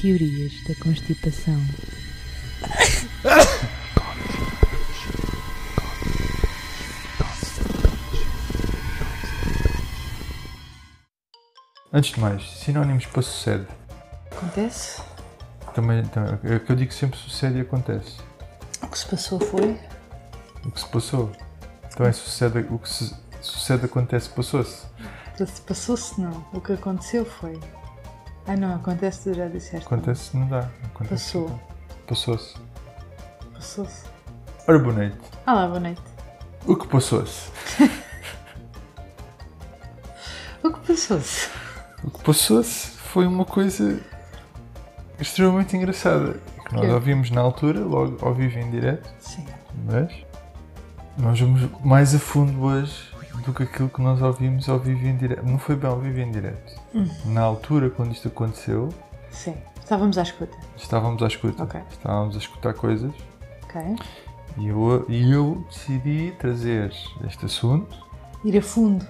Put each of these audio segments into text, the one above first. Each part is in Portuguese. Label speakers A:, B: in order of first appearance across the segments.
A: Teorias da constipação.
B: Antes de mais, sinónimos para sucede.
C: Acontece.
B: Também, também- é que eu digo sempre sucede e acontece.
C: O que se passou foi.
B: O que se passou. Então é sucede, o que se- sucede acontece, passou-se.
C: Se Passou-se não. O que aconteceu foi. Ah não, acontece, tu já disseste.
B: Acontece, não dá. Acontece,
C: Passou.
B: não dá. Passou-se.
C: Passou-se.
B: Ora, boa noite.
C: Olá, boa noite.
B: O que passou-se?
C: O que passou-se?
B: O que passou-se foi uma coisa extremamente engraçada. Que nós
C: Ok.
B: ouvimos na altura, logo ao vivo em direto,
C: Sim.
B: mas nós vamos mais a fundo hoje do que aquilo que nós ouvimos ao vivo em direto. Não foi bem ao vivo em direto.
C: Hum.
B: Na altura, quando isto aconteceu,
C: Sim. Estávamos à escuta.
B: estávamos à escuta.
C: Ok.
B: Estávamos a escutar coisas
C: Ok.
B: e eu, e eu decidi trazer este assunto,
C: Ir a fundo.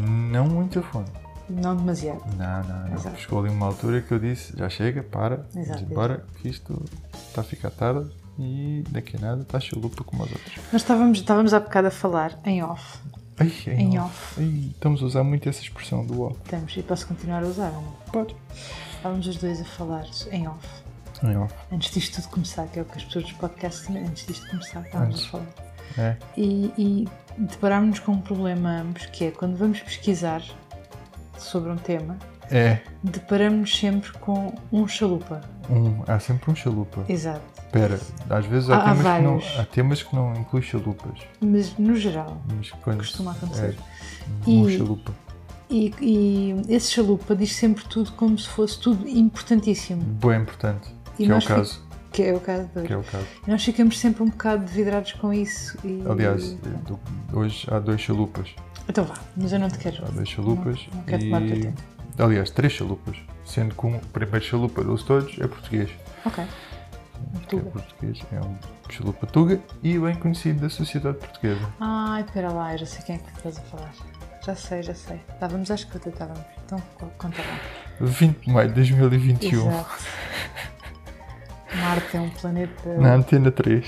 B: não muito a fundo.
C: Não demasiado.
B: Não, não, não.
C: Exato.
B: Chegou ali uma altura que eu disse, já chega, para, vamos
C: Exato,
B: embora, que isto está a ficar tarde e daqui a nada está chalupa como as outras.
C: Nós estávamos, estávamos há bocado a falar em off.
B: Ai,
C: Em
B: Ai, estamos a usar muito essa expressão do off.
C: Estamos, e posso continuar a usar ou não?
B: Pode.
C: Estávamos os dois a falar em off.
B: Em off.
C: Antes disto tudo começar, que é o que as pessoas dos podcasts também, antes disto começar, estávamos
B: Antes.
C: a falar.
B: É.
C: e, e deparámos-nos com um problema ambos, que é quando vamos pesquisar sobre um tema,
B: É.
C: deparamos-nos sempre com um chalupa.
B: Um, há sempre um chalupa.
C: Exato.
B: Espera, às vezes
C: Há-
B: há,
C: há
B: temas que
C: vários.
B: não, há temas que não incluem chalupas.
C: Mas no geral,
B: Mas quando,
C: Costuma acontecer.
B: É, um
C: E-
B: chalupa.
C: e, e esse chalupa diz sempre tudo como se fosse tudo importantíssimo,
B: Bem importante.
C: E
B: que é o
C: nós fi-
B: caso.
C: que é o caso de hoje.
B: Que é o caso.
C: E Nós ficamos sempre um bocado vidrados com isso. E...
B: Aliás, do- hoje há dois chalupas.
C: Então vá, mas eu não te quero.
B: Há dois chalupas
C: Não, não quero tomar o teu
B: e.
C: tempo.
B: Aliás, três chalupas, sendo que um- o primeiro chalupa deles todos é português.
C: Ok.
B: Que É
C: Tuga.
B: português, é um chalupa tuga e bem conhecido da sociedade portuguesa.
C: Ai, pera lá, eu já sei quem é que tu estás a falar. Já sei, já sei. Estávamos à escuta, estávamos. Então, co- conta lá.
B: 20 de maio de 2021,
C: Exato. Marte é um planeta.
B: na Antena 3,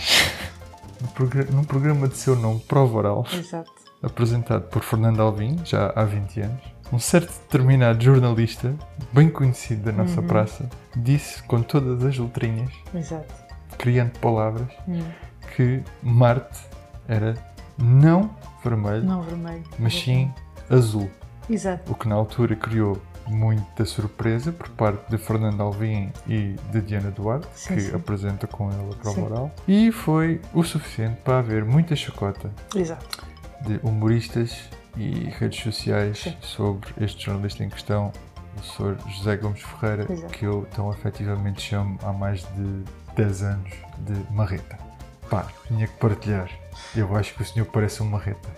B: num progra- num programa de seu nome, Prova Oral,
C: Exato.
B: apresentado por Fernando Alvim, já há 20 anos, um certo determinado jornalista, bem conhecido da nossa praça, disse com todas as letrinhas,
C: Exato.
B: criando palavras,
C: Hum,
B: que Marte era não vermelho,
C: Não vermelho.
B: mas sim azul.
C: Exato.
B: O que na altura criou muita surpresa por parte de Fernando Alvim e de Diana Duarte,
C: Sim,
B: que
C: sim.
B: apresenta com ele a prova
C: Sim.
B: oral. E foi o suficiente para haver muita chacota
C: Exato.
B: de humoristas e redes sociais
C: Sim.
B: sobre este jornalista em questão, o Sr. José Gomes Ferreira,
C: Exato.
B: que eu tão afetivamente chamo há mais de 10 anos de marreta. Pá, tinha que partilhar. Eu acho que o senhor parece um marreta.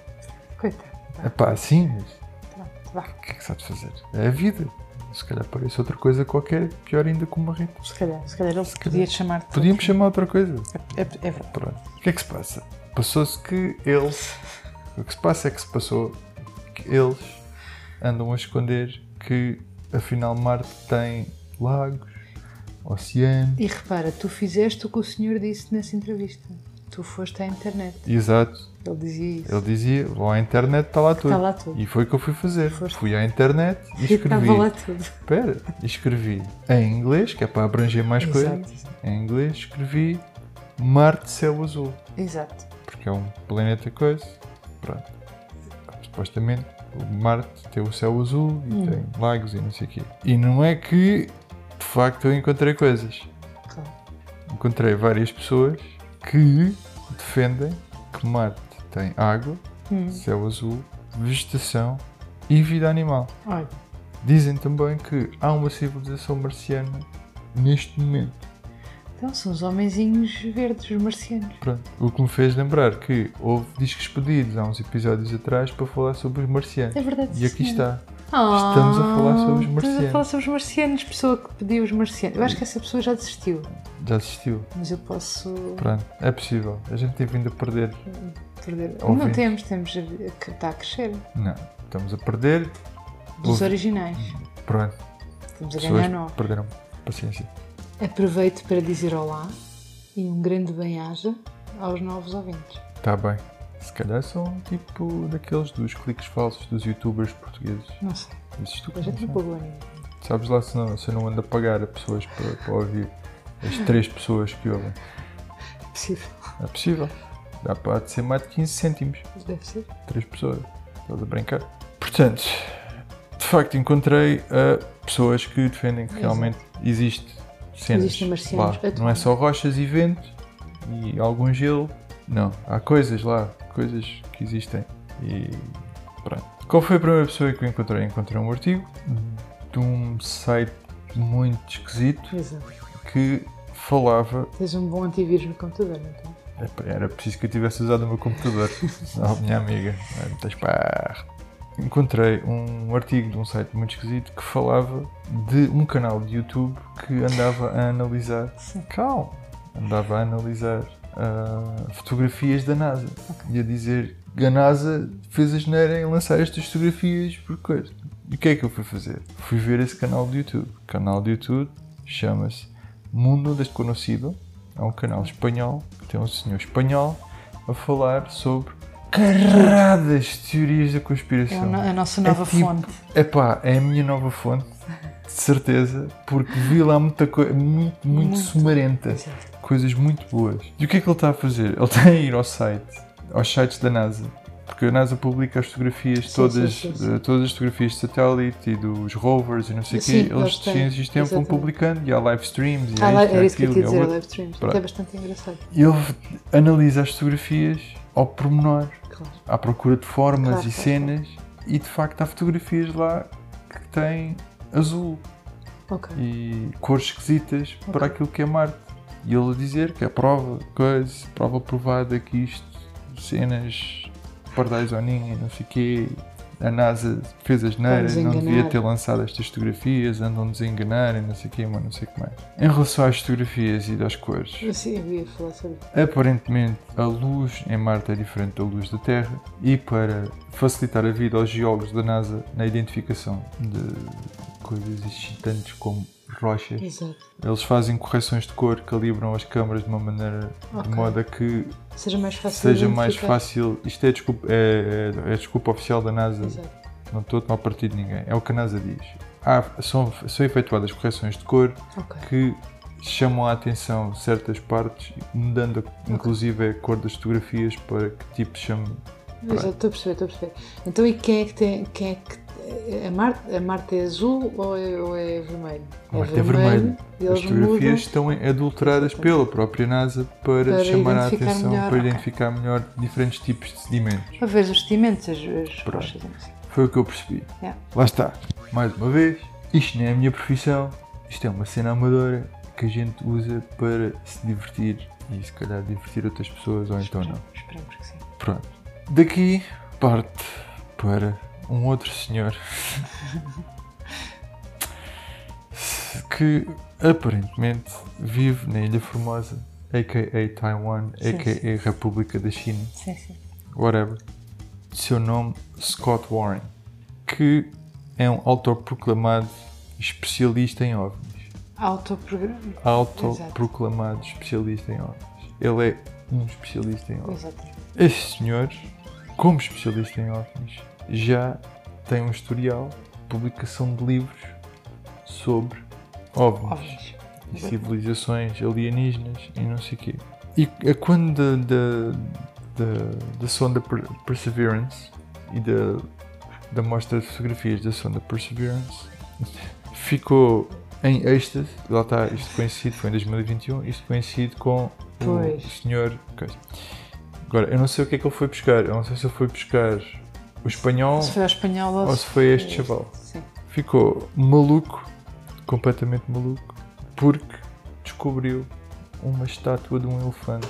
C: Coitado.
B: É pá, sim, mas
C: Pronto, vá.
B: o que é que sabe fazer? É a vida. Se calhar parece outra coisa qualquer, pior ainda que uma marreta.
C: Se calhar, se calhar ele
B: calhar.
C: podia te chamar.
B: Podíamos chamar outra coisa.
C: É, é verdade.
B: Pronto. O que é que se passa? Passou-se que eles. O que se passa é que se passou que eles andam a esconder que afinal Marte tem lagos, oceano.
C: E repara, tu fizeste o que o senhor disse nessa entrevista. Tu foste à internet.
B: Exato.
C: Ele dizia isso.
B: Ele dizia: vou à internet, está lá tudo.
C: Está Tá lá tudo.
B: E foi o que eu fui fazer.
C: Foste.
B: Fui à internet e
C: E estava
B: escrevi.
C: lá tudo.
B: Espera, escrevi em inglês, que é para abranger mais coisas.
C: Exato.
B: Em inglês escrevi Marte Céu Azul,
C: Exato.
B: porque é um planeta coisa. Pronto. Supostamente o Marte tem o céu azul e
C: Hum.
B: tem lagos e não sei o quê. E não é que de facto eu encontrei coisas.
C: Claro.
B: Encontrei várias pessoas que defendem que Marte tem água,
C: Hum.
B: céu azul, vegetação e vida animal.
C: Olha,
B: Dizem também que há uma civilização marciana neste momento.
C: então são os homenzinhos verdes, os marcianos.
B: Pronto. O que me fez lembrar que houve discos pedidos há uns episódios atrás para falar sobre os marcianos.
C: É verdade.
B: E aqui
C: senhora. Oh,
B: está. Estamos a falar sobre os
C: Estamos
B: marcianos.
C: a falar sobre os marcianos, pessoa que pediu os marcianos. Eu acho que essa pessoa já desistiu,
B: Já assistiu.
C: mas eu posso
B: Pronto. É possível. A gente tem vindo a perder.
C: perder. Não
B: Ouvintes.
C: temos, temos que está a crescer.
B: Não. Estamos a perder.
C: Dos
B: Ouvi-
C: originais.
B: Pronto.
C: Estamos a
B: Pessoas
C: ganhar novos.
B: perderam Paciência.
C: Aproveito para dizer olá e um grande bem-aja aos novos ouvintes.
B: Está Tá bem. Se calhar são tipo daqueles dos cliques falsos dos youtubers portugueses.
C: Não sei,
B: Isso tu
C: a gente não pagou ninguém.
B: Sabes lá se não, se eu não ando a pagar a pessoas para, para ouvir as três pessoas que ouvem.
C: É possível,
B: É possível. Dá para há de ser mais de 15 cêntimos.
C: mas deve ser.
B: Três pessoas. Estás a brincar? Portanto, de facto encontrei ah, pessoas que defendem que
C: Exato.
B: realmente existe cenas.
C: Existem marcianos.
B: Lá. Não é só rochas e vento e algum gelo. Não. Há coisas lá. Coisas que existem. E pronto. Qual foi a primeira pessoa que eu encontrei? Encontrei um artigo de um site muito esquisito
C: Exato.
B: que falava
C: é. Tens um bom antivírus no computador, não tem?
B: Epá, Era preciso que eu tivesse usado o meu computador. Não, minha amiga. Não Estás pá. Encontrei um artigo de um site muito esquisito que falava de um canal de YouTube que andava a analisar. Calma! Andava a analisar ah, fotografias da NASA. E a dizer que a NASA fez a geneira em lançar estas fotografias por coisa. E o que é que eu fui fazer? Fui ver esse canal de YouTube. O canal de YouTube chama-se Mundo Desconocido. É um canal espanhol, que tem um senhor espanhol a falar sobre carradas de teorias da
C: É
B: conspiração.
C: a, no- a nossa nova
B: tipo-
C: fonte.
B: Epá, é a minha nova fonte, de certeza, porque vi lá muita coisa muito, muito,
C: Muito.
B: sumarenta,
C: Exato.
B: coisas muito boas. E o que é que ele está a fazer? Ele está a ir ao site, aos sites da NASA, porque a NASA publica as fotografias,
C: Sim,
B: todas,
C: sim, sim, sim.
B: eh, todas as fotografias de satélite e dos rovers e não sei o quê,
C: Sim,
B: eles
C: eles
B: de
C: têm,
B: ciência e tempo vão
C: exatamente.
B: publicando, e há live streams, e
C: Ah,
B: há
C: lá-
B: isto, é
C: era isso que eu tinha
B: aquilo, e há
C: a dizer, a
B: outro.
C: live streams.
B: Pronto.
C: É bastante engraçado,
B: Ele analisa as fotografias ao pormenor
C: claro.
B: à procura de formas
C: Claro,
B: e
C: claro,
B: cenas e de facto há fotografias lá que têm azul
C: Ok.
B: e cores esquisitas para aquilo que é Marte. E ele a dizer que é prova, coisa, prova provada que isto, cenas, pardais oninha, não sei o quê, a NASA fez as neiras,
C: Vamos
B: não
C: enganar.
B: devia ter lançado estas fotografias, andam-nos a enganar e não sei o quê, mas não sei o que mais. Em relação às fotografias e das cores,
C: Eu sim, eu ia falar sobre isso.
B: Aparentemente, a luz em Marte é diferente da luz da Terra e para facilitar a vida aos geólogos da NASA na identificação de coisas excitantes como rochas,
C: Exato.
B: eles fazem correções de cor, calibram as câmaras de uma maneira
C: Ok.
B: de modo a que
C: Seja mais fácil.
B: seja mais
C: identificar.
B: fácil. Isto é desculpa, é- é- é a desculpa oficial da NASA,
C: Exato.
B: não estou a tomar partido de ninguém, é o que a NASA diz. Há- são, são efetuadas correções de cor
C: Ok.
B: que chamam a atenção de certas partes, mudando inclusive a cor das fotografias para que tipo chame.
C: Exato, estou a perceber, estou a perceber. Então, e quem é que tem. Quem é que, a, Marte, a Marte é azul ou é, ou é vermelho?
B: A Marte é vermelho.
C: E
B: As
C: eles
B: fotografias
C: mudam.
B: estão adulteradas pela própria NASA para,
C: Para
B: chamar a
C: identificar
B: atenção,
C: melhor,
B: para
C: ok.
B: identificar melhor diferentes tipos de sedimentos.
C: Para ver os vestimentos, as, as
B: Pronto.
C: rochas. não sei.
B: Foi o que eu percebi.
C: Yeah.
B: Lá está. Mais uma vez, isto não é a minha profissão, isto é uma cena amadora que a gente usa para se divertir e se calhar divertir outras pessoas ou então não.
C: Esperemos- Esperemos que sim.
B: Pronto. Daqui parte para um outro senhor que aparentemente vive na Ilha Formosa, a.k.a. Taiwan,
C: Sim,
B: a.k.a. República da China,
C: Sim, sim.
B: whatever. Seu nome Scott Warren, que é um autoproclamado especialista em OVNIs.
C: Autoprograma.
B: Autoproclamado especialista em OVNIs. Ele é um especialista em OVNIs.
C: Exato.
B: Este senhor, como especialista em OVNIs, já tem um historial de publicação de livros sobre OVNIs,
C: Óbvios.
B: e civilizações alienígenas e não sei o quê. E é quando da, da, da, da sonda Per- Perseverance e da, da mostra de fotografias da sonda Perseverance ficou em êxtase, lá está, isto coincide, foi em 2021, isto coincide com o
C: Pois.
B: senhor... coisa. Agora, eu não sei o que é que ele foi buscar. Eu não sei se ele foi buscar o espanhol
C: Se foi ao espanhol
B: ou se foi este chaval.
C: Sim.
B: Ficou maluco, completamente maluco, porque descobriu uma estátua de um elefante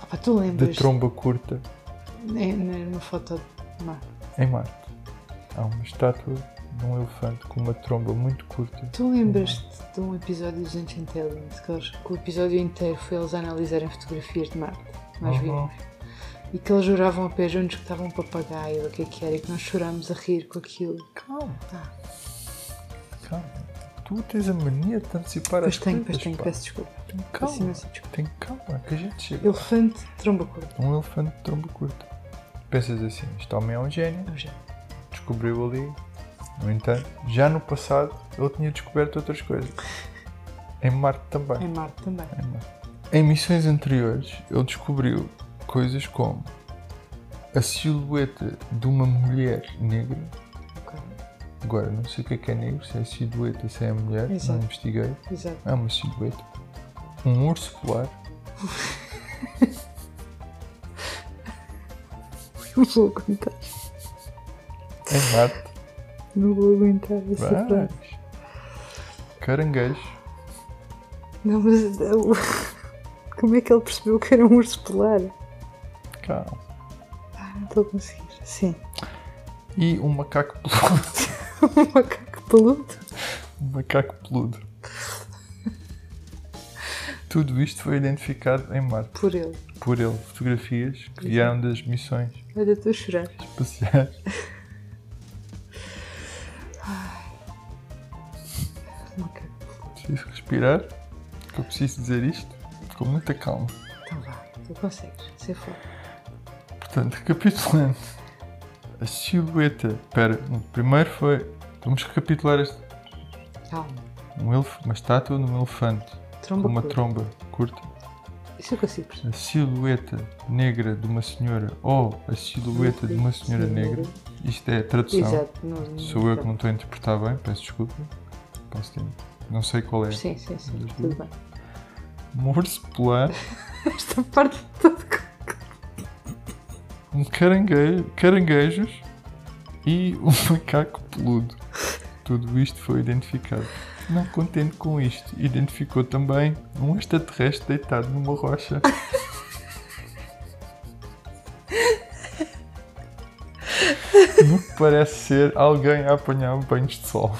C: Ah, pá, tu
B: de
C: lembras?
B: tromba curta
C: É, na, numa foto de Marte.
B: em Marte. Há uma estátua de um elefante com uma tromba muito curta.
C: Tu lembras-te de um episódio dos Ancient Aliens que, eles- que o episódio inteiro foi eles a analisarem fotografias de Marte, que nós
B: Uhum.
C: vimos, e que eles juravam a pé juntos que estava um papagaio, ou o que é que era, e que nós chorámos a rir com aquilo.
B: Calma.
C: Ah.
B: Calma. tu tens a mania de antecipar
C: Pois
B: as
C: tenho, pois
B: coisas.
C: tenho,
B: pá.
C: peço desculpa.
B: Tem
C: Peço
B: calma,
C: imensa desculpa.
B: tem calma, que a gente chega.
C: Elefante de tromba curta.
B: Um elefante de trombo curto. Pensas assim, este homem é um gênio,
C: Não, já.
B: descobriu ali. No entanto, já no passado ele tinha descoberto outras coisas. Em Marte também.
C: Em Marte também.
B: Em missões anteriores, ele descobriu coisas como a silhueta de uma mulher negra.
C: Ok.
B: Agora, não sei o que é que é negro, se é silhueta, se é mulher,
C: Exato.
B: não investiguei.
C: Exato.
B: É uma silhueta. Um urso polar.
C: Não vou aguentar.
B: Em Marte.
C: Não vou aguentar essa frase.
B: Vais. Caranguejo.
C: Não, mas eu- como é que ele percebeu que era um urso polar?
B: Calma.
C: Ah, não estou a conseguir. Sim.
B: E um macaco peludo.
C: Um macaco peludo.
B: um macaco peludo. Tudo isto foi identificado em Marte
C: Por ele.
B: por ele. Fotografias que vieram das missões
C: Olha, estou a chorar.
B: espaciais.
C: Um macaco.
B: Preciso respirar, que eu preciso dizer isto com muita calma.
C: Então vá. Tu consegues. Você foi.
B: Portanto, recapitulando, a silhueta. Espera, não, primeiro foi. Vamos recapitular este.
C: Calma.
B: Um elef... Uma estátua de um elefante
C: Tromba
B: com uma
C: curta.
B: tromba curta.
C: Isso é eu consigo perceber.
B: A silhueta negra de uma senhora ou a silhueta de uma senhora negra. Isto é a tradução.
C: Exato. Não, tá não-
B: Sou eu que não estou a interpretar bem, peço desculpa. Posso ter... Não sei qual é.
C: Sim, sim, sim. Tudo bem.
B: Um urso polar,
C: Esta parte é toda.
B: um caranguejo, caranguejos e um macaco peludo. Tudo isto foi identificado. Não contente com isto, identificou também um extraterrestre deitado numa rocha. No que parece ser alguém a apanhar banhos de sol.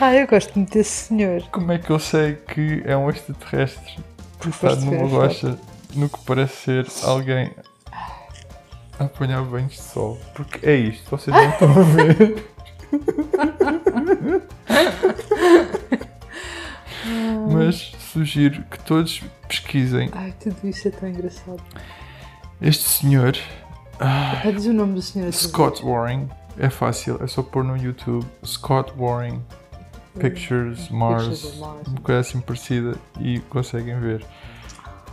C: Ah, eu gosto muito desse senhor.
B: Como é que eu sei que é um extraterrestre
C: Porque
B: deitado
C: foste ver
B: numa
C: a foto.
B: rocha no que parece ser alguém a apanhar banhos de sol? Porque é isto, vocês não estão a ver. Mas sugiro que todos pesquisem
C: Ai, tudo isso é tão engraçado.
B: este senhor,
C: Ah, diz o nome do senhor. outra
B: Scott Waring. É fácil, é só pôr no YouTube Scott Waring Pictures Mars,
C: Hum, of Mars.
B: uma coisa assim parecida e conseguem ver.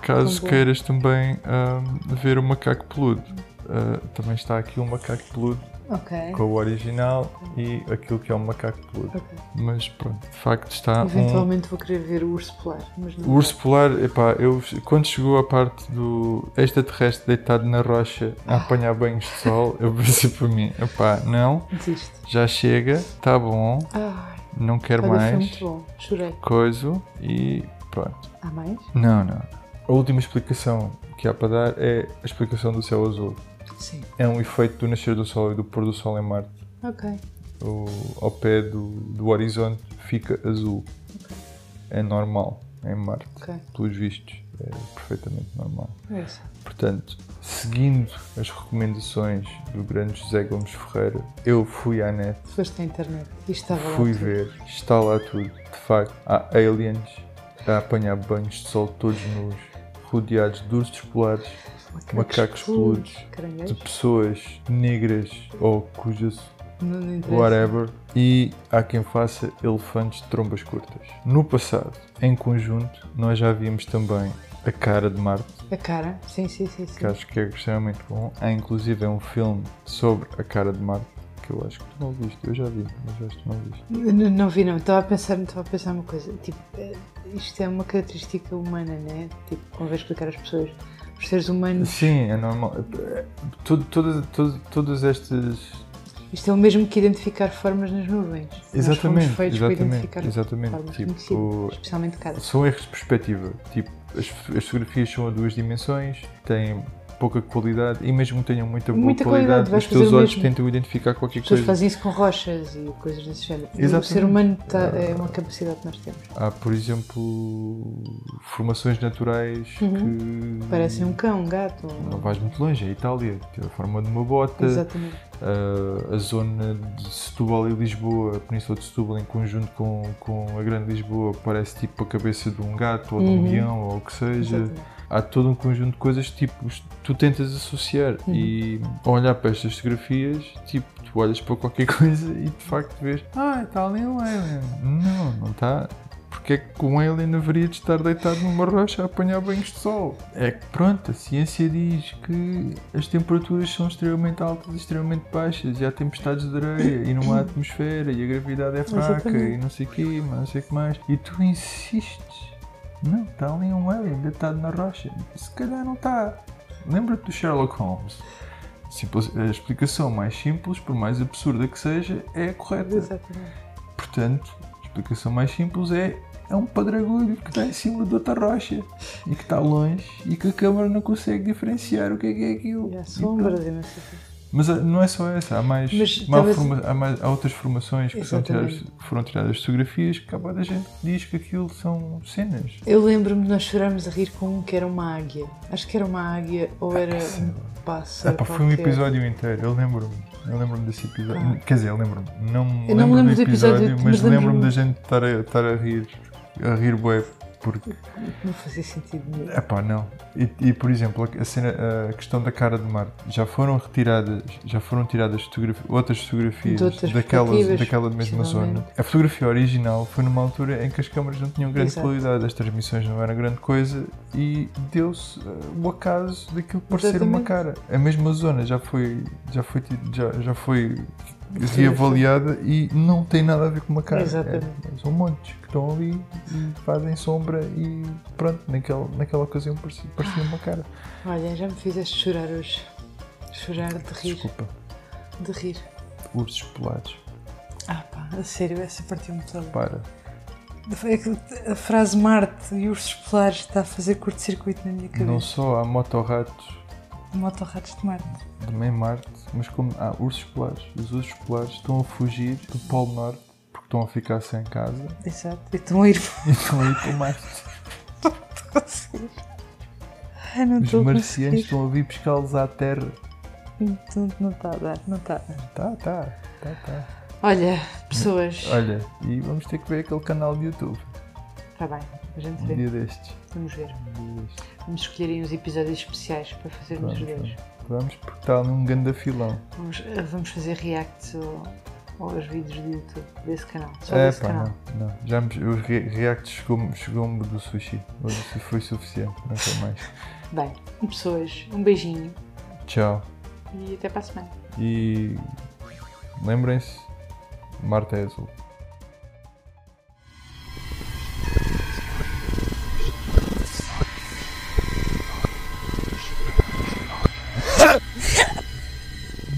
B: Caso
C: Tão bom.
B: queiras também ahm, ver o macaco peludo, ah, também está aqui o macaco peludo
C: vez. Ok.
B: com o original e aquilo que é o macaco peludo.
C: ok.
B: Mas pronto, de facto está um.
C: Eventualmente vou querer ver o urso polar. Mas não
B: O urso polar, epá, eu, quando chegou à parte do extraterrestre deitado na rocha
C: Ah.
B: a apanhar banhos de sol, eu pensei para mim, epá, não,
C: Desiste.
B: já chega, está bom,
C: Ai,
B: não quero
C: olha, foi
B: mais,
C: é muito bom. Chorei.
B: coiso e pronto.
C: Há mais?
B: Não, não. A última explicação que há para dar é a explicação do céu azul.
C: Sim.
B: É um efeito do nascer do sol e do pôr do sol em Marte.
C: Ok.
B: O, ao pé do, do horizonte fica azul. É normal em Marte.
C: Ok.
B: Pelos vistos, é perfeitamente normal.
C: É isso.
B: Portanto, seguindo as recomendações do grande José Gomes Ferreira, eu fui à net,
C: Foste à internet. Isto estava lá.
B: fui
C: tudo.
B: ver, está lá tudo. De facto, há aliens a apanhar banhos de sol todos nus, rodeados de ursos polares Macacos peludos. de
C: Caranguejos.
B: Tipo, pessoas negras ou cujas
C: Não, não interessa.
B: whatever e há quem faça elefantes de trombas curtas. No passado, em conjunto, nós já vimos também a cara de Marte,
C: A cara. Sim, sim, sim. sim.
B: que acho que é extremamente bom. Há inclusive um filme sobre a cara de Marte que eu acho que tu não viste, eu já vi, mas acho que tu não viste.
C: N- Não vi, não. Estava a pensar, estava a pensar uma coisa. Tipo, eh, isto é uma característica humana, né? Tipo, convém explicar às pessoas. Os seres humanos
B: Sim, é normal. É, tudo- Todas, todas, todas estas
C: Isto é o mesmo que identificar formas nas nuvens. Nós fomos
B: Exatamente,
C: feitos para
B: exatamente,
C: identificar
B: exatamente.
C: formas tipo...
B: Tipo,
C: especialmente caras.
B: São erros de perspectiva. Tipo, as, as fotografias são a duas dimensões, têm pouca qualidade e mesmo que tenham muita boa
C: Muita qualidade,
B: qualidade,
C: vais
B: os teus
C: fazer o
B: olhos
C: mesmo.
B: tentam identificar qualquer
C: As pessoas
B: coisa.
C: fazem isso com rochas e coisas desse género.
B: Exatamente. Ah.
C: O ser humano tá- é uma capacidade que nós temos.
B: Há, por exemplo, formações naturais que
C: Parecem um cão, um gato. um-
B: não vais muito longe, é a Itália, tem a forma de uma bota,
C: Exatamente.
B: eh, a, a zona de Setúbal e Lisboa, a Península de Setúbal em conjunto com, com a Grande Lisboa, parece tipo a cabeça de um gato ou de um
C: Uhum.
B: leão ou o que seja.
C: Exatamente.
B: Há todo um conjunto de coisas que tipo, tu tentas associar e ao olhar para estas fotografias, tipo, tu olhas para qualquer coisa e de facto vês, ah, está ali um alien. Não, não está. Porque é que um alien haveria de estar deitado numa rocha a apanhar banhos de sol? É que pronto, a ciência diz que as temperaturas são extremamente altas e extremamente baixas e há tempestades de areia e não há atmosfera e a gravidade é fraca e não sei o quê, mas não sei o que mais. E tu insistes. Não, está ali um alien deitado na rocha. Se calhar não está. Lembra-te do Sherlock Holmes. Simples- a explicação mais simples, por mais absurda que seja, é a correta.
C: Exatamente.
B: Portanto, a explicação mais simples é é um padragulho que está em cima de outra rocha e que está longe e que a câmara não consegue diferenciar o que é que é aquilo.
C: E há
B: E pronto.
C: sombras e não sei o quê.
B: Mas ah, não é só essa, há mais,
C: Mas
B: má
C: talvez-
B: forma- há mais- há outras formações que, são tiradas,
C: Exatamente.
B: que foram tiradas fotografias que acaba da gente que diz que aquilo são cenas.
C: Eu lembro-me de nós chorarmos a rir com um que era uma águia. Acho que era uma águia ou era
B: sei lá.
C: um pássaro.
B: Ah, pá, foi um
C: qualquer.
B: episódio inteiro, eu lembro-me. Eu lembro-me desse episódio.
C: Ah.
B: Quer dizer, eu lembro-me. Não me
C: Eu não me
B: lembro
C: lembro do episódio,
B: mas
C: mas
B: lembro-me
C: lembro-me.
B: da gente estar a, estar a rir. A rir bué, porque.
C: Não fazia sentido nenhum.
B: Epá, não. E, e, por exemplo, a, cena, a questão da cara de Marte. Já foram retiradas, já foram tiradas fotografi- outras fotografias
C: De outras
B: daquelas,
C: perspectivas,
B: daquela mesma
C: possivelmente.
B: zona. A fotografia original foi numa altura em que as câmaras não tinham grande
C: Exato.
B: qualidade, as transmissões não eram grande coisa e deu-se eh, o acaso daquilo parecer uma
C: Exatamente.
B: cara. A mesma zona já foi, já foi, tido- já, já foi reavaliada e não tem nada a ver com uma cara.
C: Exatamente. Hum.
B: É, são montes que estão ali e fazem sombra e pronto, naquela, naquela ocasião parecia, parecia uma cara.
C: Ah, Olha, já me fizeste chorar hoje. Chorar de rir.
B: Desculpa,
C: De rir.
B: ursos pelados.
C: Ah pá, a sério, essa partiu-me toda.
B: Para.
C: É que a frase Marte e ursos polares está a fazer curto-circuito na minha
B: Não
C: cabeça.
B: só há motorratos
C: Motorratos de Marte.
B: também Marte, mas como há ursos polares, os ursos polares estão a fugir do Polo Norte porque estão a ficar sem casa
C: Exato. E estão a ir
B: e estão a ir para Marte.
C: para vocês. Ai, não
B: Os
C: estou a
B: marcianos
C: conseguir.
B: estão a vir pescá-los à Terra.
C: Não- Não está a dar, não está a dar.
B: Tá, tá, tá, tá.
C: Olha, pessoas.
B: Olha, e vamos ter que ver aquele canal de YouTube
C: Está bem, a gente
B: um
C: vê.
B: dia destes.
C: Vamos ver.
B: Um dia destes.
C: Vamos escolherem uns episódios especiais para fazermos
B: Vamos,
C: deles.
B: Vamos, porque está ali um gandafilão.
C: Vamos, eh, vamos fazer reacts ao- aos vídeos do YouTube desse canal. Só
B: É,
C: desse
B: pá,
C: canal.
B: não, não. Já me, o re- react chegou-me chegou do sushi. Hoje isso foi suficiente, não foi mais.
C: Bem, pessoas, um beijinho
B: Tchau.
C: e até para a semana.
B: E lembrem-se, Marta é azul.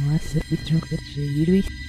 A: Nossa, que troca de giro e